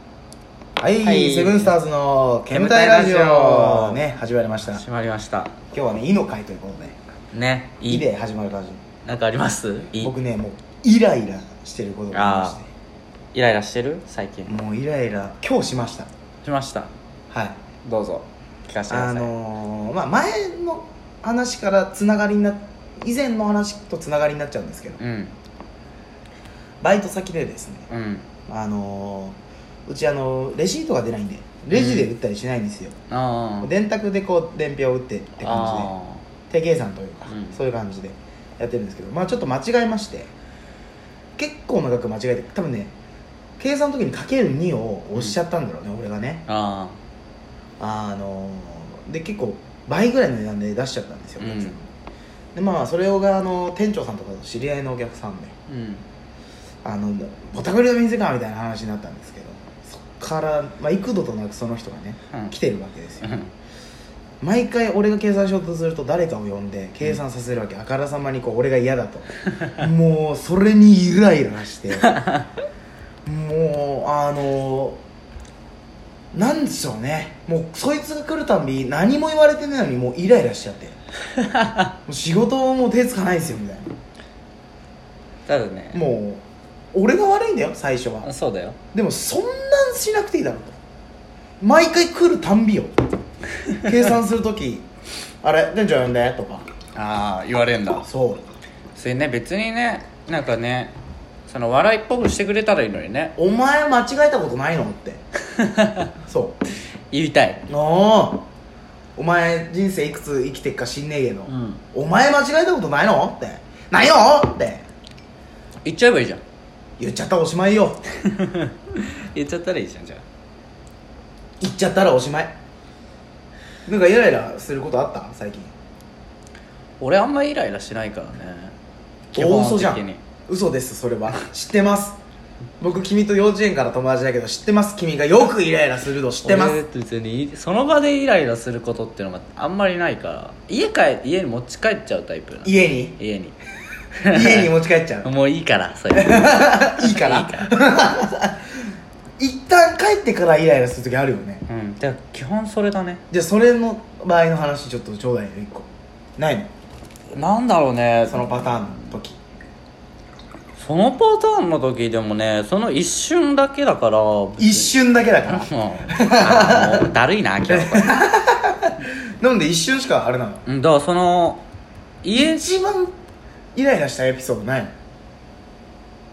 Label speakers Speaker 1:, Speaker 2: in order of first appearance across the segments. Speaker 1: はい、
Speaker 2: はい
Speaker 1: セブンスターズの煙たいラジオね始まりました今
Speaker 2: 始まりました
Speaker 1: 日はね「い」の回ということで
Speaker 2: ね
Speaker 1: 「い」で始まるラジ
Speaker 2: なんかありますい
Speaker 1: オ
Speaker 2: い
Speaker 1: 僕ねもうイライラしてることがありまし
Speaker 2: イライラしてる最近
Speaker 1: てもうイライラ今日しました
Speaker 2: しました
Speaker 1: はい
Speaker 2: どうぞ聞かせてくだ
Speaker 1: あ
Speaker 2: さい、
Speaker 1: のーまあ前の話からつながりにな以前の話とつながりになっちゃうんですけど
Speaker 2: うん
Speaker 1: バイト先でですね
Speaker 2: うん
Speaker 1: あのーうちあのレシートが出ないんでレジで売ったりしないんですよ、
Speaker 2: あー
Speaker 1: 電卓でこう伝票を打ってって感じで
Speaker 2: あ
Speaker 1: 手計算というか、
Speaker 2: うん
Speaker 1: そういう感じでやってるんですけどまあちょっと間違えまして結構な額間違えて多分ね計算の時にかける2を押しちゃったんだろうね、俺がね
Speaker 2: ーあ
Speaker 1: あのーで結構倍ぐらいの値段で出しちゃったんですよ、お客さんに
Speaker 2: うん
Speaker 1: でまあそれがあの店長さんとかと知り合いのお客さんで
Speaker 2: ーうん
Speaker 1: あのぼったくりの店かみたいな話になったんですけどそっから、まあ、幾度となくその人がね
Speaker 2: うん
Speaker 1: 来てるわけですよ、
Speaker 2: うん
Speaker 1: 毎回俺が計算しようとすると誰かを呼んで計算させるわけ、あからさまにこう俺が嫌だと もうそれにイライラしてもうあのなんでしょうねもうそいつが来るたんび何も言われてないのにもうイライラしちゃってもう仕事ももう手つかないですよみたい
Speaker 2: ただね
Speaker 1: なもう俺が悪いんだよ最初は
Speaker 2: そうだよ
Speaker 1: でもそんなんしなくていいだろうと毎回来るたんびよ計算する時あれ店長呼んでとか
Speaker 2: ああ言われんだ
Speaker 1: そう
Speaker 2: それね別にねなんかねその笑いっぽくしてくれたらいいのにね
Speaker 1: お前間違えたことないのってそう
Speaker 2: 言いたい
Speaker 1: ああお前人生いくつ生きてっか知んねえけど、
Speaker 2: うん
Speaker 1: お前間違えたことないのってないよって
Speaker 2: 言っちゃえばいいじゃん
Speaker 1: 言っちゃったらおしまいよ
Speaker 2: 言っちゃったらいいじゃんじゃあ
Speaker 1: 言っちゃったらおしまいなんかイライラすることあった最近
Speaker 2: 俺あんまイライラしないからね
Speaker 1: 大嘘じゃ
Speaker 2: 基本
Speaker 1: ん
Speaker 2: 的に
Speaker 1: 嘘ですそれは知ってます僕君と幼稚園から友達だけど知ってます君がよくイライラするの知ってま
Speaker 2: 俺
Speaker 1: す
Speaker 2: って別にその場でイライラすることっていうのがあんまりないから家帰家に持ち帰っちゃうタイプなの
Speaker 1: 家に
Speaker 2: 家に
Speaker 1: 家に持ち帰っちゃう
Speaker 2: もういいから それいいか
Speaker 1: い いから一旦帰ってからイライラする時あるよね
Speaker 2: うんじゃあ基本それだね
Speaker 1: じゃあそれの場合の話ちょっとちょうだいよ1個ないの
Speaker 2: なんだろうね
Speaker 1: そのパターンの時
Speaker 2: そのパターンの時でもねその一瞬だけだから
Speaker 1: 一瞬だけだから
Speaker 2: うんあもう だるいな今日
Speaker 1: なんで一瞬しかあれなの
Speaker 2: うんだからその家
Speaker 1: 一番イライラしたエピソードない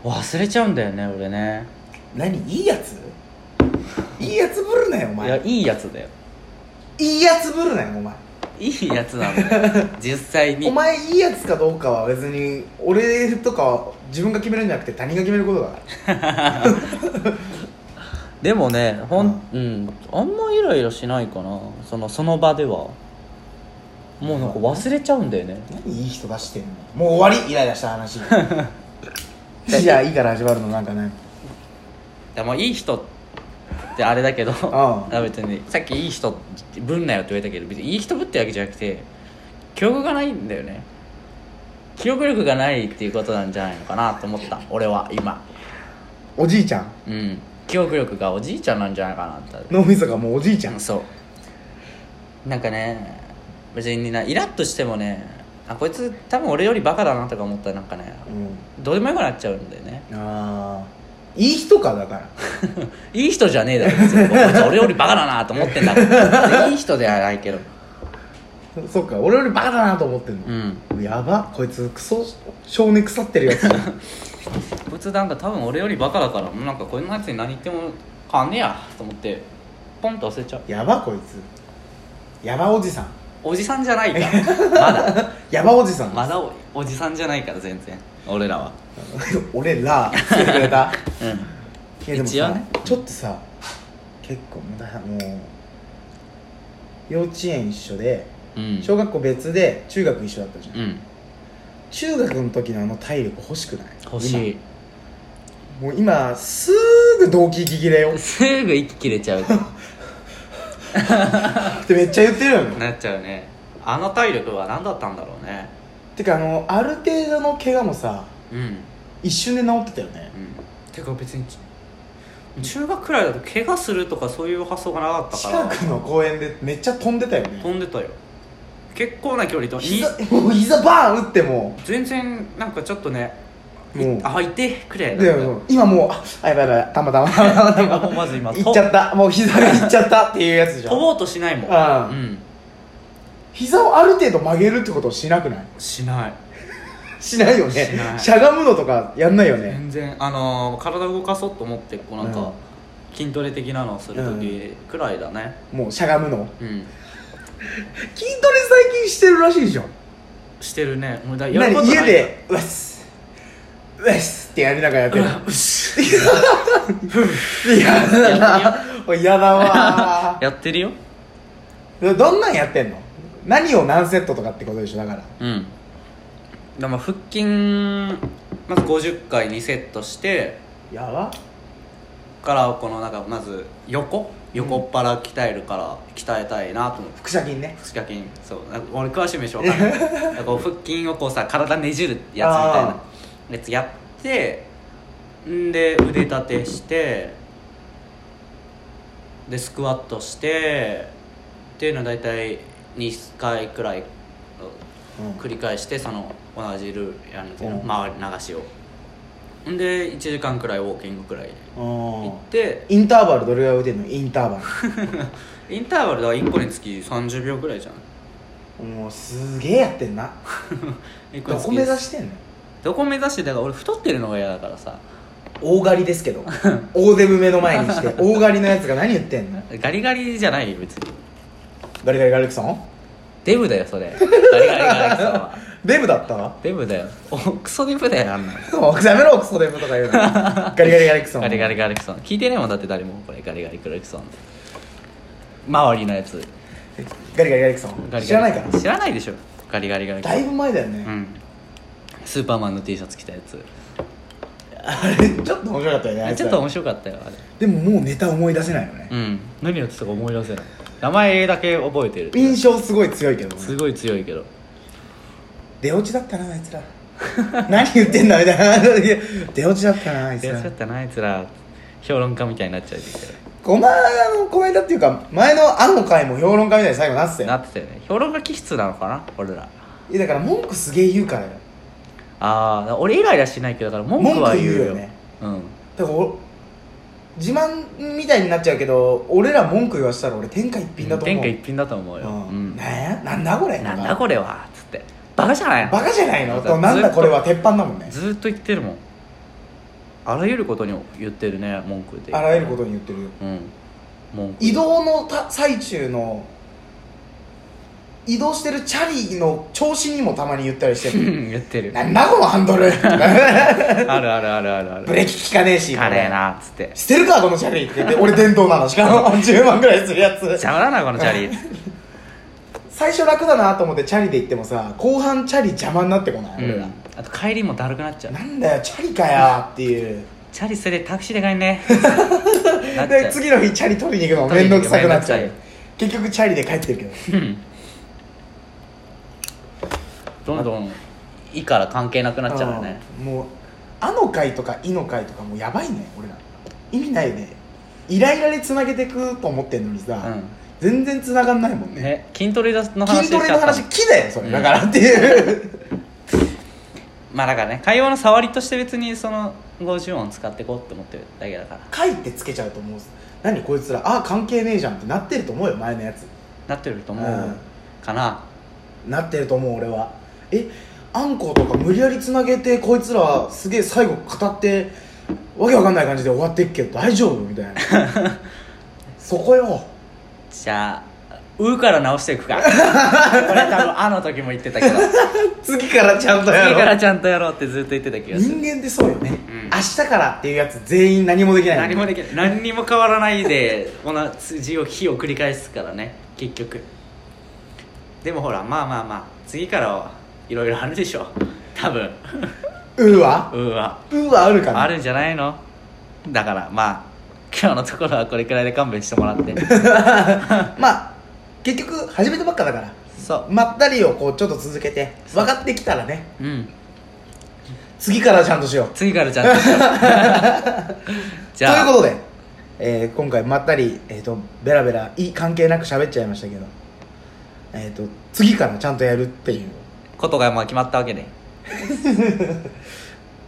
Speaker 1: の
Speaker 2: 忘れちゃうんだよね俺ね
Speaker 1: 何いいやついいやつぶるなよお
Speaker 2: い
Speaker 1: 前
Speaker 2: やいいやつだよ
Speaker 1: いいやつぶるなよお前
Speaker 2: いいやつなの よ実際に
Speaker 1: お前いいやつかどうかは別に俺とかは自分が決めるんじゃなくて他人が決めることだから
Speaker 2: でもねほん、うん、あんまイライラしないかなそのその場ではもうなんか忘れちゃうんだよね
Speaker 1: 何いい人出してんのもう終わりイライラした 話じゃあいいから始まるのなんかね
Speaker 2: でもいい人ってあれだけど
Speaker 1: ん
Speaker 2: あ別にさっきいい人ぶんなよって言われたけど別にいい人ぶってわけじゃなくて記憶がないんだよね記憶力がないっていうことなんじゃないのかなと思った俺は今
Speaker 1: おじいちゃん
Speaker 2: うん記憶力がおじいちゃんなんじゃないかなって
Speaker 1: 脳みそがもうおじいちゃん
Speaker 2: そうなんかね別になイラッとしてもねあこいつ多分俺よりバカだなとか思ったらなんかね
Speaker 1: うん
Speaker 2: どうでもよくなっちゃうんだよね
Speaker 1: ああいい人かだから
Speaker 2: いい人じゃねえだろ別に こいつ俺よりバカだなと思ってんだからいい人ではないけど
Speaker 1: そっか俺よりバカだなと思ってん
Speaker 2: う
Speaker 1: の、
Speaker 2: ん
Speaker 1: やばこいつクソ少年腐ってるやつ
Speaker 2: こいつなんか多分俺よりバカだからもうなんかこんなやつに何言っても変わんねえやと思ってポンと忘れちゃう
Speaker 1: やばこいつやばおじさん
Speaker 2: おじさんじゃないから まだ
Speaker 1: やばおじさん、
Speaker 2: まだおおじさんじゃないから全然俺らは
Speaker 1: 俺ら来てくれた
Speaker 2: うん
Speaker 1: いやでも
Speaker 2: 一応
Speaker 1: さ
Speaker 2: ね
Speaker 1: ちょっとさ結構もうだもう幼稚園一緒で
Speaker 2: うん
Speaker 1: 小学校別で中学一緒だったじゃん、
Speaker 2: うん
Speaker 1: 中学の時のあの体力欲しくない
Speaker 2: 欲しい
Speaker 1: 今もう今すぐ動機息切れよ
Speaker 2: すぐ息切れちゃう
Speaker 1: ってめっちゃ言ってるよ ね
Speaker 2: なっちゃうねあの体力は何だったんだろうね
Speaker 1: てかあのある程度の怪我もさ
Speaker 2: うん、うん、
Speaker 1: 一瞬で治ってたよね
Speaker 2: てか別にち中学くらいだと怪我するとかそういう発想がなかったから
Speaker 1: 近くの公園でめっちゃ飛んでたよね
Speaker 2: 飛んでたよ結構な距離と
Speaker 1: 膝もう膝バーン打っても
Speaker 2: 全然なんかちょっとね
Speaker 1: もう
Speaker 2: あいてくれ
Speaker 1: でもう今もうああやばいやばいたまたまたまたまたま
Speaker 2: もうまず今
Speaker 1: 行っちゃったもう膝が行っちゃったっていうやつじゃ
Speaker 2: 飛
Speaker 1: ん
Speaker 2: ぼうとしないもん
Speaker 1: ああ
Speaker 2: うん
Speaker 1: 膝をある程度曲げるってことをしなくない
Speaker 2: しない
Speaker 1: しないよね
Speaker 2: しない
Speaker 1: しゃがむのとかやんないよね
Speaker 2: 全然あのー体動かそうと思ってこうなん
Speaker 1: うん
Speaker 2: か筋トレ的なのをする時くらいだね
Speaker 1: もうしゃがむの
Speaker 2: うん
Speaker 1: 筋トレ最近してるらしいじゃん
Speaker 2: してるねもうだやる
Speaker 1: 何
Speaker 2: ことない
Speaker 1: 家でうわっすうわっすってやりながらやってる
Speaker 2: うっす
Speaker 1: 嫌だな おい嫌だわ
Speaker 3: やってるよ
Speaker 1: どんなんやってんの何を何セットとかってことでしょだから
Speaker 3: うん
Speaker 2: でも腹筋まず50回2セットして
Speaker 1: やば
Speaker 2: からこのなんかまず横横っ腹鍛えるから鍛えたいなと思って
Speaker 1: 腹斜筋ね
Speaker 2: 腹筋そうなんか俺詳しい飯分かんないなんかこう腹筋をこうさ体ねじるやつみたい
Speaker 1: あ
Speaker 2: なやつやってんで腕立てしてでスクワットしてっていうのを大体2回くらい
Speaker 1: うん
Speaker 2: 繰り返してその同じルールやるんですけど
Speaker 1: うん
Speaker 2: 回り流しをんで1時間くらいウォーキングくらい行
Speaker 1: あ
Speaker 2: って
Speaker 1: インターバルどれぐらい打てんのインターバ
Speaker 2: インターバルだ1個につき30秒くらいじゃん
Speaker 1: ルもうすげえやってんな
Speaker 2: 1個
Speaker 1: ど
Speaker 2: につ
Speaker 1: こ
Speaker 2: き
Speaker 1: 目指してんの
Speaker 2: どこ目指してだから俺太ってるのが嫌だからさ
Speaker 1: 大狩りです けど大デブ目の前にして大狩りのやつが何言ってんの
Speaker 2: ガリガリじゃないよ別に
Speaker 1: ガリガリガリクソン
Speaker 2: デブだよそれガリガリガリさんは
Speaker 1: デブだったわ
Speaker 2: デブだよおクソデブだよあんなの
Speaker 1: やめろクソデブとか 言うのガリガリガリクソン
Speaker 2: ガリガリガリクソン聞いてねえもんだって誰もこれガリガリクロクソン周りのやつ
Speaker 1: ガリガリガリクソン
Speaker 2: ガリガリ
Speaker 1: 知らないから
Speaker 2: 知らないでしょガリガリガリクソ
Speaker 1: だい
Speaker 2: ン
Speaker 1: ぶ前だよ
Speaker 2: う
Speaker 1: ね、
Speaker 2: んスーパーマンの T シャツ着たやつ
Speaker 1: あれちょっと面白かったよねあいつ
Speaker 2: ちょっと面白かったよあれ
Speaker 1: でももうネタ思い出せないよね、
Speaker 2: うん何やってたか思い出せない名前だけ覚えてる
Speaker 1: 印象すごい強いけど
Speaker 2: すごい強いけど
Speaker 1: 出落ちだったなあいつら 何言ってんだみたいないや出落ちだったなあいつ
Speaker 2: やっ
Speaker 1: ら
Speaker 2: ちゃったなあいつら評論家みたいになっちゃうけ
Speaker 1: この間のこの間っていうか前のあの回も評論家みたいに最後なってた
Speaker 2: どな
Speaker 1: よ
Speaker 2: ってたよね評論家気質なのかな俺ら
Speaker 1: いやだから文句すげえ言うからよ
Speaker 2: ああ俺イライラしないけどだから文句は言う
Speaker 1: 文
Speaker 2: よ
Speaker 1: 句言うよね
Speaker 2: うん
Speaker 1: だからお自慢みたいになっちゃうけど俺ら文句言わせたら俺天下一品だと思う
Speaker 2: 天下一品だと思うよ、
Speaker 1: うん
Speaker 2: うん
Speaker 1: なんやなんだこれ
Speaker 2: なんだこれはつってバカじゃないの
Speaker 1: バカじゃないの
Speaker 2: ずっ
Speaker 1: と
Speaker 2: と
Speaker 1: なんだこれは鉄板だもんね
Speaker 2: ずーっと言ってるもんあらゆることに言ってるね文句で
Speaker 1: あらゆることに言ってる
Speaker 2: うん文句
Speaker 1: 移動のた最中の移動してるチャリの調子にもたまに言ったりして
Speaker 2: う
Speaker 1: る
Speaker 2: ん言ってる
Speaker 1: なんだこのハンドル
Speaker 2: あるあるあるあるある
Speaker 1: ブレーキ効かねえし
Speaker 2: カレーなっつって
Speaker 1: 捨てるかこのチャリって言って俺電動なのしかも 10万ぐらいするやつ
Speaker 2: 邪魔だなこのチャリ
Speaker 1: 最初楽だなと思ってチャリで行ってもさ後半チャリ邪魔になってこない、
Speaker 2: う
Speaker 1: 俺
Speaker 2: ん
Speaker 1: ら
Speaker 2: あと帰りもだるくなっちゃう
Speaker 1: なんだよチャリかよっていう
Speaker 2: チャリそれタクシーで帰 んねなっちゃ
Speaker 1: で
Speaker 2: う
Speaker 1: 次の日チャリ取りに行くのも面
Speaker 2: 取りに
Speaker 1: 倒く
Speaker 2: 行く
Speaker 1: さくなっちゃ
Speaker 2: 面
Speaker 1: う
Speaker 2: 倒く
Speaker 1: 結局チャリで帰ってるけど
Speaker 2: うんどんどん「い」から関係なくなっちゃうよね
Speaker 1: うんもうあの回とかいの回とかもうやばいね俺ら意味ないねイライラでつなげてくと思ってんのにさ、
Speaker 2: うん
Speaker 1: 全然つながんないもんね
Speaker 2: ね筋トレの話
Speaker 1: 筋トレの
Speaker 2: しち
Speaker 1: 話
Speaker 2: ゃった
Speaker 1: 木だよそれ、
Speaker 2: うん
Speaker 1: だからっていう
Speaker 2: まあだからね会話の触りとして別にその50音使っていこうって思ってるだけだから
Speaker 1: 回ってつけちゃうと思う何こいつらあ関係ねえじゃんってなってると思うよ前のやつ
Speaker 2: なってると思
Speaker 1: うん
Speaker 2: うかな
Speaker 1: なってると思う俺はえあんことか無理やりつなげてこいつらすげえ最後語ってわけわかんない感じで終わってっけど大丈夫みたいな そこよ
Speaker 2: じゃあ「う」から直していくか これ多分「あ」の時も言ってたけど
Speaker 1: 次からちゃんと
Speaker 2: 次
Speaker 1: やろう
Speaker 2: からちゃんとやろうってずっと言ってた気がす
Speaker 1: 人
Speaker 2: る
Speaker 1: 間ってそうよね、
Speaker 2: うん
Speaker 1: 明日からっていうやつ全員何もできない
Speaker 2: 何もできない何にも変わらないで同じを日を繰り返すからね結局でもほらまあまあまあ次からはいろいろあるでしょ多分
Speaker 1: うは
Speaker 2: うわ
Speaker 1: うはあるかな
Speaker 2: あるんじゃないのだからまあ今日のところはこれくらいで勘弁してもら って
Speaker 1: まあ結局始めたばっかだから
Speaker 2: そ
Speaker 1: まったりをこうちょっと続けて分かってきたらね
Speaker 2: ううん
Speaker 1: 次からちゃんとしよう
Speaker 2: 次からちゃんとしようじゃあ
Speaker 1: ということでえー今回まったり、えー、とベラベラいい関係なく喋っちゃいましたけど、えー、と次からちゃんとやるっていう
Speaker 2: ことがまあ決まったわけで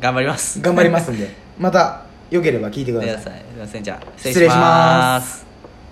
Speaker 2: 頑張ります
Speaker 1: 頑張りますんでまたよければ聞いてくだ
Speaker 2: く
Speaker 1: さい
Speaker 2: ださいすいませんじゃあ
Speaker 1: 失礼します
Speaker 2: す